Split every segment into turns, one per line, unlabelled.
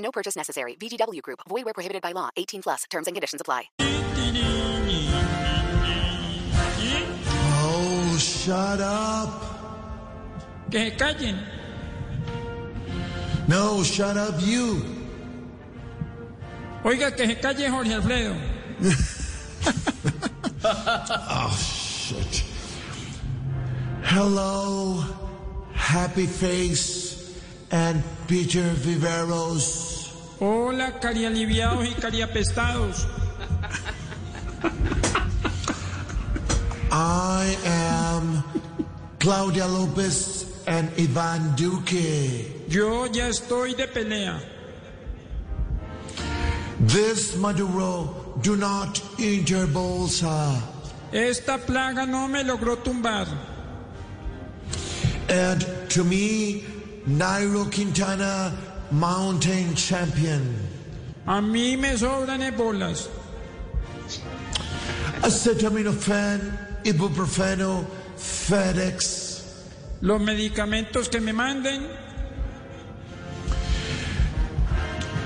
No purchase necessary. VGW Group. Void where prohibited by law. 18 plus. Terms and conditions apply.
Oh, shut up.
Que se callen.
No, shut up, you.
Oiga, que se calle Jorge Alfredo.
Shit. Hello, Happy Face and Peter Viveros.
Hola, carialiviados y cariapestados.
I am Claudia Lopez and Ivan Duque.
Yo ya estoy de pelea.
This Maduro do not enter Bolsa.
Esta plaga no me logró tumbar.
And to me, Nairo Quintana, mountain champion.
A mí me sobran ebolas.
Acetaminophen, ibuprofeno, FedEx.
Los medicamentos que me manden,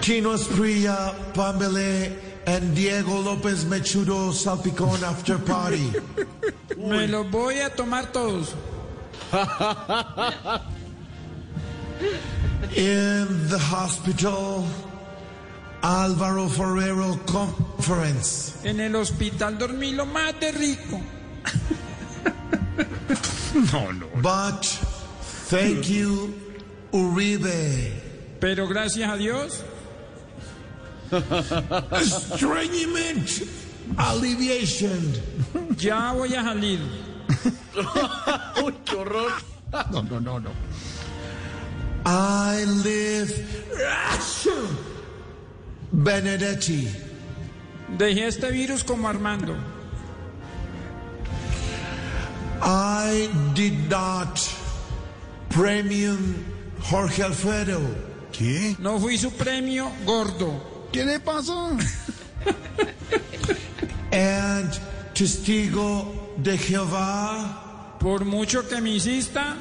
Chino Esprilla, Pambele, and Diego López Mechudo Salpicón after party.
me los voy a tomar todos.
In the hospital, Álvaro Ferrero conference.
En el hospital dormí lo más de rico.
But thank you, Uribe.
Pero gracias a Dios,
Estreñiment, alleviation.
ya voy a salir.
I live. Benedetti.
Dejé este virus como Armando.
I did not premium Jorge Alfredo. ¿Qué?
No fui su premio gordo.
¿Qué le pasó? And testigo de Jehová,
Por mucho que me insista,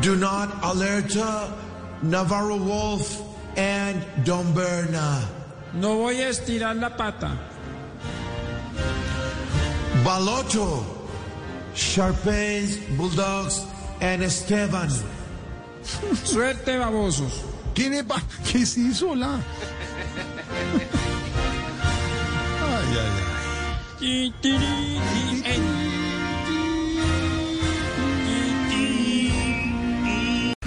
do not alerta, Navarro Wolf, and Don Berna.
no voy a estirar la pata.
Baloto, Sharpes, Bulldogs, and Esteban.
Suerte, babosos.
¿Qué, le pa ¿Qué se hizo la? ay, ay, ay.
Ti, ti, ri, ti, ey. Ti, ti.